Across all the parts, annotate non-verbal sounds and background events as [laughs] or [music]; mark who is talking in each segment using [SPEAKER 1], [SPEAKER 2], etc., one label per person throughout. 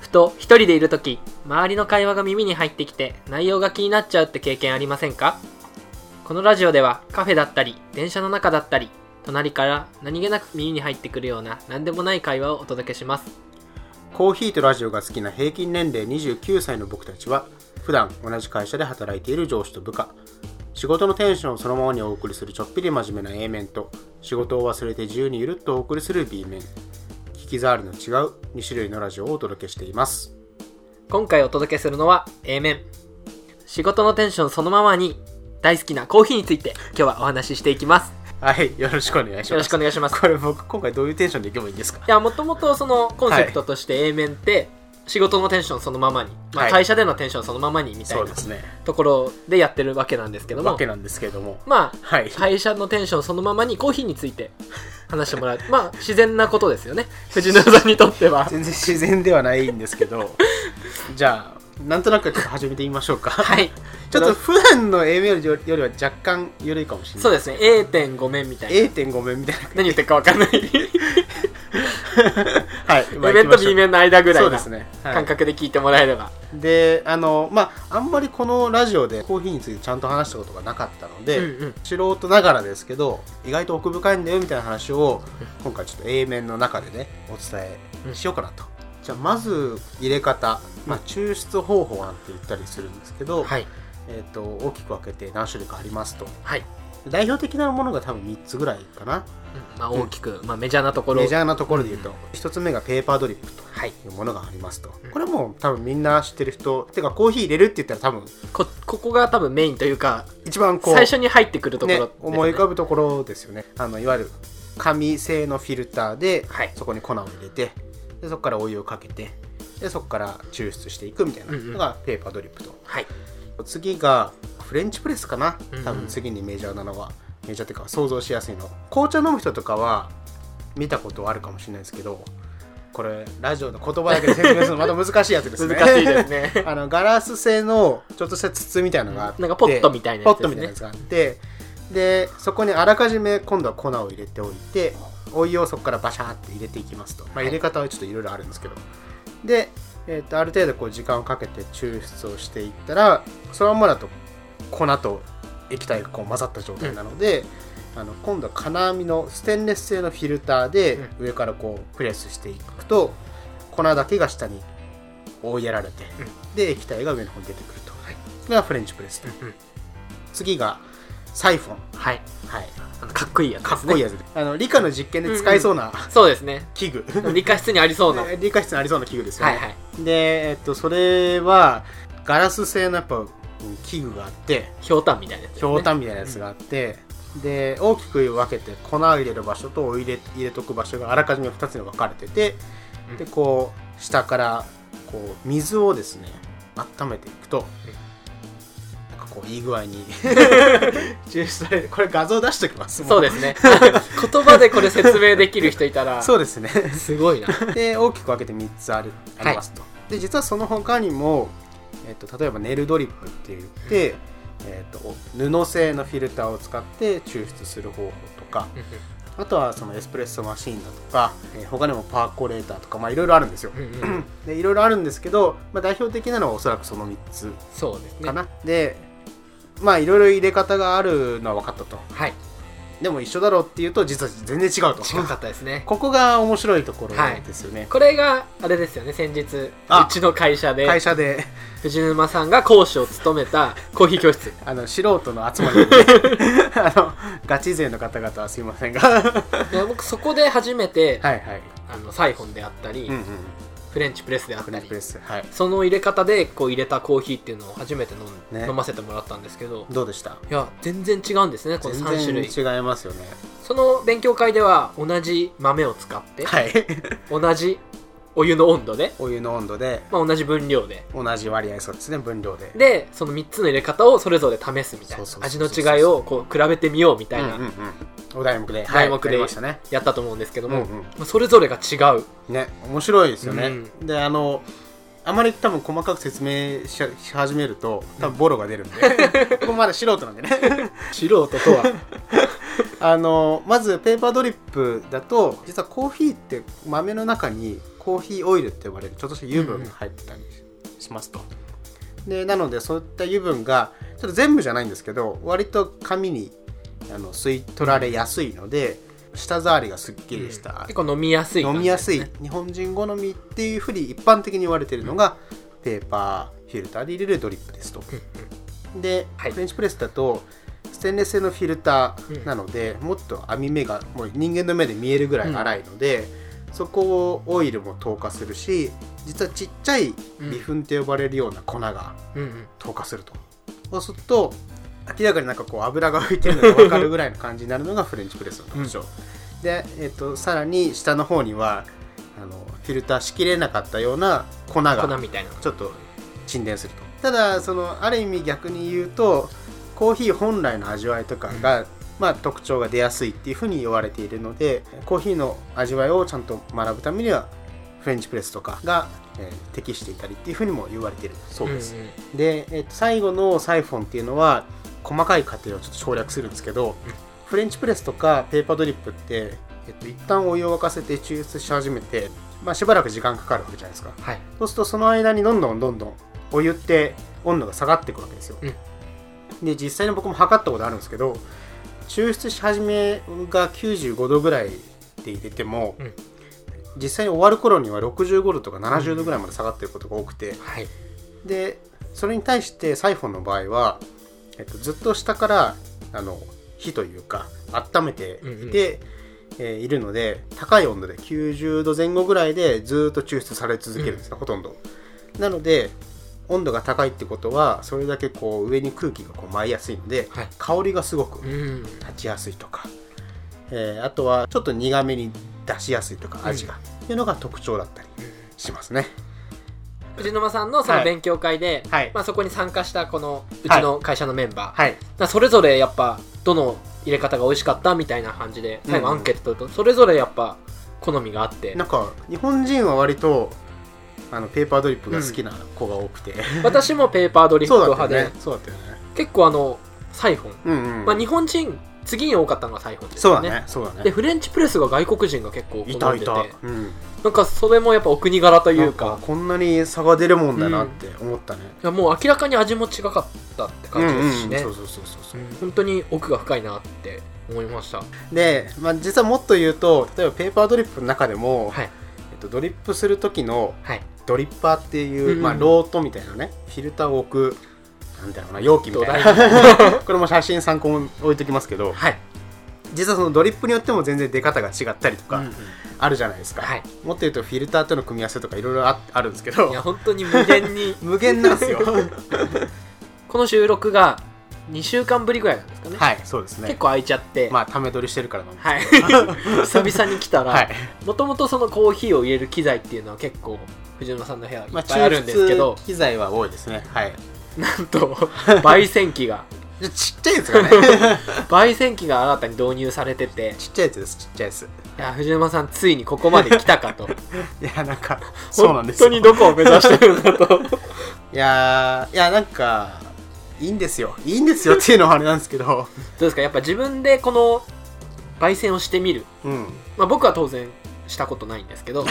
[SPEAKER 1] ふと一人でいる時周りの会話が耳に入ってきて内容が気になっちゃうって経験ありませんかこのラジオではカフェだったり電車の中だったり隣から何気なく耳に入ってくるような何でもない会話をお届けします
[SPEAKER 2] コーヒーとラジオが好きな平均年齢29歳の僕たちは普段同じ会社で働いている上司と部下仕事のテンションをそのままにお送りするちょっぴり真面目な A 面と仕事を忘れて自由にゆるっとお送りする B 面聞き障りの違う2種類のラジオをお届けしています
[SPEAKER 1] 今回お届けするのは A 面仕事のテンションそのままに大好きなコーヒーについて今日はお話ししていきます
[SPEAKER 2] はいよろしくお願いします
[SPEAKER 1] よろしくお願いします
[SPEAKER 2] これ僕今回どういうテンションでいけばいいんですか
[SPEAKER 1] いやもともとそのコンセプトとして A 面って仕事のテンションそのままに、ま
[SPEAKER 2] は
[SPEAKER 1] あ、
[SPEAKER 2] い
[SPEAKER 1] 会社でのテンションそのままにみた
[SPEAKER 2] そ
[SPEAKER 1] いうな
[SPEAKER 2] ですね
[SPEAKER 1] ところでやってるわけなんですけど
[SPEAKER 2] わ
[SPEAKER 1] も
[SPEAKER 2] けなんですけれども
[SPEAKER 1] まあ
[SPEAKER 2] はい、
[SPEAKER 1] 会社のテンションそのままにコーヒーについて [laughs] 話してもらうまあ自然なことですよね藤野さんにとっては
[SPEAKER 2] 全然自然 [laughs] ではないんですけどじゃあなんとなくちょっと始めてみましょうか
[SPEAKER 1] はい
[SPEAKER 2] ちょっと普段の A メールよりは若干緩いかもしれ
[SPEAKER 1] そう
[SPEAKER 2] ない。
[SPEAKER 1] ですね0.5面みたいな
[SPEAKER 2] 0.5面みたいな。
[SPEAKER 1] 何言ってるか分かんない
[SPEAKER 2] [laughs] はい。 [laughs]
[SPEAKER 1] A 面と B 面の間ぐら
[SPEAKER 2] そう
[SPEAKER 1] い
[SPEAKER 2] で
[SPEAKER 1] な
[SPEAKER 2] すね。はい
[SPEAKER 1] 感覚で聞いてもらえれば、
[SPEAKER 2] で、あの、まあ、あんまりこのラジオでコーヒーについてちゃんと話したことがなかったので、
[SPEAKER 1] うんうん
[SPEAKER 2] 素人ながらですけど、意外と奥深いんだよみたいな話を、今回ちょっと A 面の中でね、お伝えしようかなと。じゃあ、まず入れ方、まあ、抽出方法なんて言ったりするんですけど、
[SPEAKER 1] はい
[SPEAKER 2] えっと、大きく分けて何種類かありますと。
[SPEAKER 1] はい、
[SPEAKER 2] 代表的なものが多分3つぐらいかな。
[SPEAKER 1] うんまあ、大きく、まあ、メジャーなところ
[SPEAKER 2] メジャーなところで言うと、一つ目がペーパードリップと
[SPEAKER 1] はい
[SPEAKER 2] いうものがありますと
[SPEAKER 1] うん
[SPEAKER 2] これはもう多分みんな知ってる人てかコーヒー入れるって言ったら多分
[SPEAKER 1] こここが多分メインというか
[SPEAKER 2] 一番こう
[SPEAKER 1] 最初に入ってくるところ
[SPEAKER 2] ね
[SPEAKER 1] ですね
[SPEAKER 2] 思い浮かぶところですよねあのいわゆる紙製のフィルターで、
[SPEAKER 1] はい
[SPEAKER 2] そこに粉を入れてでそこからお湯をかけてでそこから抽出していくみたいな
[SPEAKER 1] うんうん
[SPEAKER 2] のがペーパードリップと、
[SPEAKER 1] はい
[SPEAKER 2] 次がフレンチプレスかな
[SPEAKER 1] うんうん
[SPEAKER 2] 多分次にメジャーなのは、メジャーっていうか想像しやすいの紅茶飲む人とかは見たことはあるかもしれないですけどこれラジオの言葉だけで説明するのまた難しいやつですね
[SPEAKER 1] 難しいですね
[SPEAKER 2] [laughs] あのガラス製のちょっとした筒みたいなのがあって、
[SPEAKER 1] なんかポットみたいな
[SPEAKER 2] ポ
[SPEAKER 1] やつ
[SPEAKER 2] ット
[SPEAKER 1] で
[SPEAKER 2] み
[SPEAKER 1] すね
[SPEAKER 2] たいなやつがあってでそこにあらかじめ今度は粉を入れておいてお湯をそこからバシャーって入れていきますと、まあ、
[SPEAKER 1] はい
[SPEAKER 2] 入れ方はちょっといろいろあるんですけどで、えー、とある程度こう時間をかけて抽出をしていったらそのままだと粉と液体がこう混ざった状態なので、あの今度は金網のステンレス製のフィルターで上からこうプレスしていくと粉だけが下に追いやられて、で液体が上の方に出てくると、これがフレンチプレスと、
[SPEAKER 1] うんうん
[SPEAKER 2] 次がサイフォン、
[SPEAKER 1] はい
[SPEAKER 2] はい、
[SPEAKER 1] あのかっこいいやつです
[SPEAKER 2] か
[SPEAKER 1] ね
[SPEAKER 2] っこいいやつ、あの理科の実験で使いそうな
[SPEAKER 1] そうですね
[SPEAKER 2] 器具
[SPEAKER 1] 理科室にありそうなはい
[SPEAKER 2] 理科室にありそうな器具ですよ
[SPEAKER 1] は
[SPEAKER 2] ね、
[SPEAKER 1] いはい
[SPEAKER 2] で、えっと、それはガラス製のやっぱうん器具があって
[SPEAKER 1] ひょうたんみたいなやつです
[SPEAKER 2] ひ
[SPEAKER 1] ね
[SPEAKER 2] ょうたんみたいなやつがあって、で大きく分けて粉を入れる場所とお入れ入れとく場所があらかじめ2つに分かれてて
[SPEAKER 1] うん
[SPEAKER 2] でこう下からこう水をですね温めていくと、なんかこういい具合に [laughs] 抽出されるこれ画像出しておきます
[SPEAKER 1] そうですす
[SPEAKER 2] [laughs]
[SPEAKER 1] ね言葉でこれ説明できる人いたら
[SPEAKER 2] そうですね
[SPEAKER 1] すご
[SPEAKER 2] [laughs]
[SPEAKER 1] いな
[SPEAKER 2] で大きく分けて3つあるありますと、で実はその他にも、えっと例えばネルドリップって言って、えっとお布製のフィルターを使って抽出する方法とか、あとはそのエスプレッソマシーンだとか、えー他にもパーコレーターとか、まあ、いろいろあるんですよ。
[SPEAKER 1] うんうん
[SPEAKER 2] でいろいろあるんですけど、まあ、代表的なのはおそらくその3つ
[SPEAKER 1] そうですね
[SPEAKER 2] かな。でまあいろいろ入れ方があるのは分かったと。
[SPEAKER 1] はい
[SPEAKER 2] でも一緒だろうっていうと実は全然違うと。
[SPEAKER 1] 近かったですね
[SPEAKER 2] ここが面白いところですよね。
[SPEAKER 1] これがあれですよね先日う
[SPEAKER 2] あ
[SPEAKER 1] ちの会社で
[SPEAKER 2] 会社で
[SPEAKER 1] 藤沼さんが講師を務めたコーヒー教
[SPEAKER 2] [laughs]
[SPEAKER 1] 室
[SPEAKER 2] あの素人の集ま [laughs] りであのガチ勢の方々はすいませんがはい
[SPEAKER 1] や僕そこで初めて、
[SPEAKER 2] はい、
[SPEAKER 1] あのサイフォンであったり、
[SPEAKER 2] うんうん、
[SPEAKER 1] フレンチプレスであっ
[SPEAKER 2] フ
[SPEAKER 1] た
[SPEAKER 2] レンチ
[SPEAKER 1] り
[SPEAKER 2] プレスはい
[SPEAKER 1] その入れ方でこう入れたコーヒーっていうのを初めて飲,、ん
[SPEAKER 2] ね
[SPEAKER 1] 飲ませてもらったんですけど
[SPEAKER 2] どうでした
[SPEAKER 1] いや全然違うんですねこの
[SPEAKER 2] 全
[SPEAKER 1] 3種
[SPEAKER 2] 然
[SPEAKER 1] 類
[SPEAKER 2] 違いますよね
[SPEAKER 1] その勉強会では同じ豆を使って、
[SPEAKER 2] はい
[SPEAKER 1] 同じお湯の温度で、
[SPEAKER 2] お湯の温度で
[SPEAKER 1] まあ、同じ分量で
[SPEAKER 2] 同じ割合そうですね分量で
[SPEAKER 1] でその3つの入れ方をそれぞれ試すみたいな
[SPEAKER 2] そうそう
[SPEAKER 1] 味
[SPEAKER 2] そうそう
[SPEAKER 1] の違いをこう比べてみようみたい
[SPEAKER 2] うんう
[SPEAKER 1] な
[SPEAKER 2] んうんお題目で
[SPEAKER 1] 題目で
[SPEAKER 2] はいやりましたね
[SPEAKER 1] やったと思うんですけども、
[SPEAKER 2] うんうん
[SPEAKER 1] まあそれぞれが違う
[SPEAKER 2] ね面白いですよね、
[SPEAKER 1] う
[SPEAKER 2] であのあまり多分細かく説明しし始める [laughs] と多分ボロが出るんで、ここまだ素人なんでね
[SPEAKER 1] 素人とは
[SPEAKER 2] あのまずペーパードリップだと実はコーヒーって豆の中にコーヒーオイルって呼ばれるちょっとした油分が入ってたりしますと。でなのでそういった油分がちょっと全部じゃないんですけど割と紙にあの吸い取られやすいので舌触りがすっきりした、
[SPEAKER 1] 結構飲みやすい感
[SPEAKER 2] 飲
[SPEAKER 1] じ
[SPEAKER 2] みやすい、
[SPEAKER 1] ですね
[SPEAKER 2] 日本人好みっていうふうに一般的に言われているのが、ペーパーフィルターで入れるドリップですと。で、
[SPEAKER 1] はい
[SPEAKER 2] フレンチプレスだとステンレス製のフィルターなので、もっと網目がもう人間の目で見えるぐらい粗いので、そこをオイルも透過するし実はちっちゃい微粉って呼ばれるような粉が
[SPEAKER 1] うんうん
[SPEAKER 2] 透過すると。そうすると明らかになんかこう油が浮いてるのが分かるぐらいの感じになるのがフレンチプレスの特徴、で、えっとさらに下の方にはあのフィルターしきれなかったような粉が
[SPEAKER 1] 粉みたいなの
[SPEAKER 2] ちょっと沈殿するとただそのある意味逆に言うとコーヒー本来の味わいとかが、まあ、特徴が出やすいっていうふうに言われているのでコーヒーの味わいをちゃんと学ぶためにはフレンチプレスとかが、えー適していたりっていうふうにも言われているそ
[SPEAKER 1] んん
[SPEAKER 2] で、えっと最後のサイフォンっていうのは細かい過程をちょっと省略するんですけど、フレンチプレスとかペーパードリップって、えっと一旦お湯を沸かせて抽出し始めて、まあ、しばらく時間かかるわけじゃないですか
[SPEAKER 1] はい
[SPEAKER 2] そうするとその間にどんどんどんどんお湯って温度が下がっていくわけですよ、
[SPEAKER 1] うん
[SPEAKER 2] で実際に僕も測ったことあるんですけど抽出し始めが95度ぐらいで入れても、
[SPEAKER 1] うん
[SPEAKER 2] 実際に終わる頃には65度とか70度ぐらいまで下がってることが多くて、
[SPEAKER 1] はい
[SPEAKER 2] でそれに対してサイフォンの場合は、えっと、ずっと下からあの火というか温めていて、えーいるので高い温度で90度前後ぐらいでずーっと抽出され続けるんですね、ほとんどなので温度が高いってことはそれだけこう上に空気がこう舞いやすいので、
[SPEAKER 1] はい
[SPEAKER 2] 香りがすごく
[SPEAKER 1] うん
[SPEAKER 2] 立ちやすいとか、えーあとはちょっと苦めに出しやすいとか味が、っていうのが特徴だったりしますね
[SPEAKER 1] 藤沼さんのその
[SPEAKER 2] はい
[SPEAKER 1] 勉強会で、
[SPEAKER 2] はい
[SPEAKER 1] まあ、そこに参加したこのうちの会社のメンバー、
[SPEAKER 2] はい
[SPEAKER 1] だからそれぞれやっぱどの入れ方が美味しかったみたいな感じで最後
[SPEAKER 2] う
[SPEAKER 1] ア
[SPEAKER 2] んうん
[SPEAKER 1] ンケート取るとそれぞれやっぱ好みがあって、
[SPEAKER 2] なんか日本人は割とあのペーパードリップが好きな子が多くて、
[SPEAKER 1] 私もペーパードリップ
[SPEAKER 2] そうだ
[SPEAKER 1] 派
[SPEAKER 2] った
[SPEAKER 1] で、
[SPEAKER 2] よねそうだったよね
[SPEAKER 1] 結構あのサイフォン、
[SPEAKER 2] うんうん、
[SPEAKER 1] まあ、日本人次に多かったのがサイフォンです
[SPEAKER 2] そう
[SPEAKER 1] よ
[SPEAKER 2] だ
[SPEAKER 1] ね
[SPEAKER 2] ねそうだ
[SPEAKER 1] で
[SPEAKER 2] ね
[SPEAKER 1] フレンチプレスが外国人が結構好んでて
[SPEAKER 2] いたいた、うん、
[SPEAKER 1] なんかそれもやっぱお国柄とい
[SPEAKER 2] な
[SPEAKER 1] うん
[SPEAKER 2] か
[SPEAKER 1] か
[SPEAKER 2] こんなに差が出るもんだなって思ったね、
[SPEAKER 1] いやもう明らかに味も違かったって
[SPEAKER 2] うん
[SPEAKER 1] 感じですしね、
[SPEAKER 2] そうそうそうそう、
[SPEAKER 1] うん本当に奥が深いなって思いました
[SPEAKER 2] で、まあ、実はもっと言うと例えばペーパードリップの中でも、
[SPEAKER 1] はい
[SPEAKER 2] えっと、ドリップする時の
[SPEAKER 1] はい
[SPEAKER 2] ドリッパーっていう、
[SPEAKER 1] うん
[SPEAKER 2] まあ、ロートみたいなねフィルターを置くなんだろうな容器みたい
[SPEAKER 1] 土
[SPEAKER 2] な [laughs] これも写真参考に置いときますけど
[SPEAKER 1] はい
[SPEAKER 2] 実はそのドリップによっても全然出方が違ったりとか
[SPEAKER 1] うんうん
[SPEAKER 2] あるじゃないですか、
[SPEAKER 1] はい
[SPEAKER 2] もっと言うとフィルターとの組み合わせとかいろいろああるんですけど
[SPEAKER 1] いや本当に無限
[SPEAKER 2] [laughs]
[SPEAKER 1] に
[SPEAKER 2] 無限なんですよ
[SPEAKER 1] この収録が2週間ぶりぐらいなんですかね、
[SPEAKER 2] はいそうですね
[SPEAKER 1] 結構空いちゃって、
[SPEAKER 2] まあため撮りしてるからなんです
[SPEAKER 1] はい
[SPEAKER 2] [laughs]
[SPEAKER 1] 久々に来た
[SPEAKER 2] は
[SPEAKER 1] ら
[SPEAKER 2] [laughs] い、
[SPEAKER 1] もともとそのコーヒーを入れる機材っていうのは結構藤沼さんの部屋いっ
[SPEAKER 2] まあ、
[SPEAKER 1] ぱいあるんですけ
[SPEAKER 2] 抽
[SPEAKER 1] ど、
[SPEAKER 2] 出機材は多いですねはい
[SPEAKER 1] なんと焙煎機が
[SPEAKER 2] じゃちっちゃいやつがね
[SPEAKER 1] 焙煎機が新たに導入されてて
[SPEAKER 2] [laughs] ちっちゃいやつですちっちゃいやつ
[SPEAKER 1] いや藤沼さんついにここまで来たかと
[SPEAKER 2] いやなん [laughs] か [laughs] そうなんです
[SPEAKER 1] 本
[SPEAKER 2] よ
[SPEAKER 1] 当にどこを目指して
[SPEAKER 2] [laughs]
[SPEAKER 1] るんだと
[SPEAKER 2] いやーいやなんかいいんですよいいんですよっていうのはあれなんですけど
[SPEAKER 1] どうですかやっぱ自分でこの焙煎をしてみる、
[SPEAKER 2] うん
[SPEAKER 1] まあ、僕は当然したことないんです
[SPEAKER 2] [laughs]
[SPEAKER 1] けど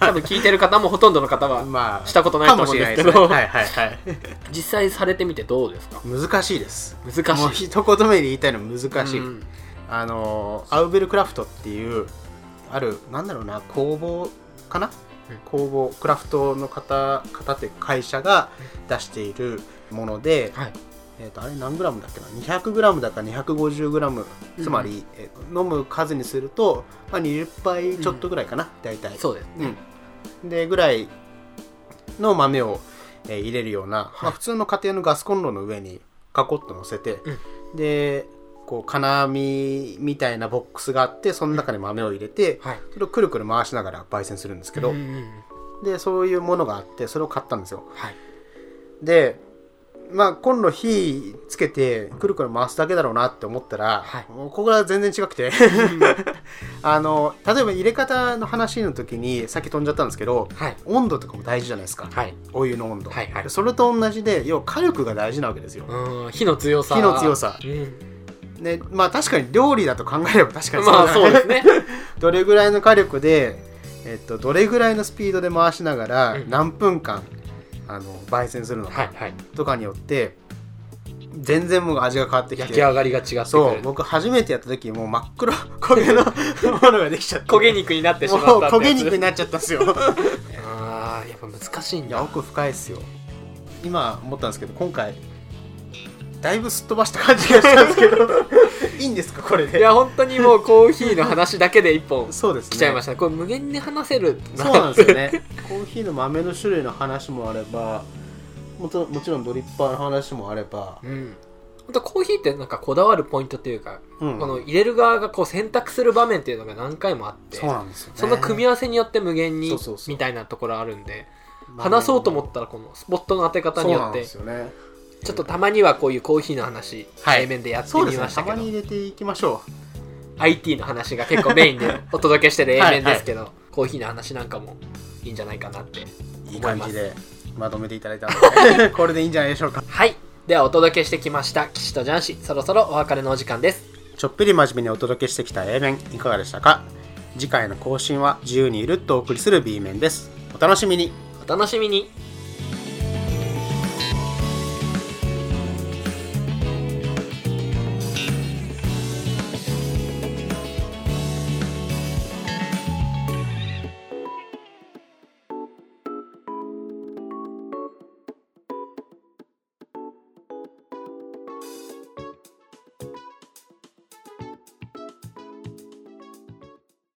[SPEAKER 1] 多分聞いてる方もほとんどの方は
[SPEAKER 2] まあ
[SPEAKER 1] したことないと思うんですけど
[SPEAKER 2] かもしれないですねはいはいはい
[SPEAKER 1] 実際されてみてどうですか
[SPEAKER 2] [laughs] 難しいです
[SPEAKER 1] 難しい
[SPEAKER 2] もう一言目で言いたいのは難しい、
[SPEAKER 1] うん
[SPEAKER 2] あのアウベルクラフトっていうあるなんだろうな工房かな、
[SPEAKER 1] うん
[SPEAKER 2] 工房クラフトの方方っていう会社が出しているもので、
[SPEAKER 1] はい
[SPEAKER 2] えー、とあれ何グラムだっけな200グラムだか250グラム
[SPEAKER 1] うん
[SPEAKER 2] つまり、えーと飲む数にすると、まあ、20杯ちょっとぐらいかな、大体
[SPEAKER 1] そうです
[SPEAKER 2] うん、でぐらいの豆を、えー入れるような、まあ、普通の家庭のガスコンロの上にカコッと乗せて、でこう金網みたいなボックスがあってその中に豆を入れて
[SPEAKER 1] はい
[SPEAKER 2] それをくるくる回しながら焙煎するんですけど、
[SPEAKER 1] うんうんうん
[SPEAKER 2] でそういうものがあってそれを買ったんですよ
[SPEAKER 1] はい
[SPEAKER 2] でまあコンロ火つけてくるくる回すだけだろうなって思ったら、
[SPEAKER 1] はい
[SPEAKER 2] もうここが全然違くて [laughs] あの例えば入れ方の話の時にさっき飛んじゃったんですけど
[SPEAKER 1] はい
[SPEAKER 2] 温度とかも大事じゃないですか、
[SPEAKER 1] はい
[SPEAKER 2] お湯の温度、
[SPEAKER 1] はいはい
[SPEAKER 2] でそれと同じで要は火力が大事なわけですよ、
[SPEAKER 1] うん火の強さ
[SPEAKER 2] 火の強さ
[SPEAKER 1] うん
[SPEAKER 2] ねまあ確かに料理だと考えれば確かに
[SPEAKER 1] まあそうで
[SPEAKER 2] だ
[SPEAKER 1] すね
[SPEAKER 2] [laughs] どれぐらいの火力で、えっと、どれぐらいのスピードで回しながら
[SPEAKER 1] うん
[SPEAKER 2] 何分間、あの焙煎するの
[SPEAKER 1] はい
[SPEAKER 2] か
[SPEAKER 1] はい
[SPEAKER 2] とかによって、全然もう味が変わってき
[SPEAKER 1] 焼
[SPEAKER 2] て
[SPEAKER 1] き上がりが違ってくる
[SPEAKER 2] そう僕初めてやった時もう真っ黒焦げ
[SPEAKER 1] [laughs]
[SPEAKER 2] のものができちゃって
[SPEAKER 1] 焦げ肉になってしまった
[SPEAKER 2] もう
[SPEAKER 1] ってや
[SPEAKER 2] 焦
[SPEAKER 1] つ
[SPEAKER 2] げ肉になっちゃったんですよ
[SPEAKER 1] あーやっぱ難しいん
[SPEAKER 2] いや
[SPEAKER 1] だ
[SPEAKER 2] 奥深いですよ今思ったんですけど今回だいぶすっ飛ばした感じがしたんですけ
[SPEAKER 1] [laughs]
[SPEAKER 2] どいいんですかこれ
[SPEAKER 1] い
[SPEAKER 2] で
[SPEAKER 1] や本当にもうコーヒーの話だけで一本
[SPEAKER 2] そうですね
[SPEAKER 1] 来ちゃいましたねこれ無限に話せる
[SPEAKER 2] そうなんですよねコーヒーの豆の種類の話もあればもともちろんドリッパーの話もあれば、
[SPEAKER 1] うん本当コーヒーってなんかこだわるポイントっていうか、
[SPEAKER 2] うん
[SPEAKER 1] この入れる側がこう選択する場面っていうのが何回もあって
[SPEAKER 2] そうなんですよ、ね、
[SPEAKER 1] その組み合わせによって無限に
[SPEAKER 2] そうそうそう
[SPEAKER 1] みたいなところあるんで
[SPEAKER 2] まあ
[SPEAKER 1] 話そうと思ったらこのスポットの当て方に
[SPEAKER 2] そう
[SPEAKER 1] よ
[SPEAKER 2] な
[SPEAKER 1] っ
[SPEAKER 2] んで
[SPEAKER 1] て
[SPEAKER 2] すよね
[SPEAKER 1] ちょっとたまにはこういうコーヒーの話
[SPEAKER 2] はい
[SPEAKER 1] 対面でやって
[SPEAKER 2] そうで
[SPEAKER 1] み
[SPEAKER 2] すね
[SPEAKER 1] ました
[SPEAKER 2] た
[SPEAKER 1] け
[SPEAKER 2] ま
[SPEAKER 1] ど
[SPEAKER 2] に入れていきましょう
[SPEAKER 1] IT の話が結構メインでお届けしてる
[SPEAKER 2] は
[SPEAKER 1] A
[SPEAKER 2] い
[SPEAKER 1] 面ですけどコーヒーの話なんかもいいんじゃないかなって
[SPEAKER 2] いい感じでまとめていただいた
[SPEAKER 1] [laughs]
[SPEAKER 2] のでこれでいいんじゃないでしょうか
[SPEAKER 1] はいではお届けしてきました岸とジャンシそろそろお別れのお時間です
[SPEAKER 2] ちょっぴり真面目にお届けしてきた A 面いかがでしたか次回の更新は自由にゆるっとお送りする B 面ですお楽しみに
[SPEAKER 1] お楽しみに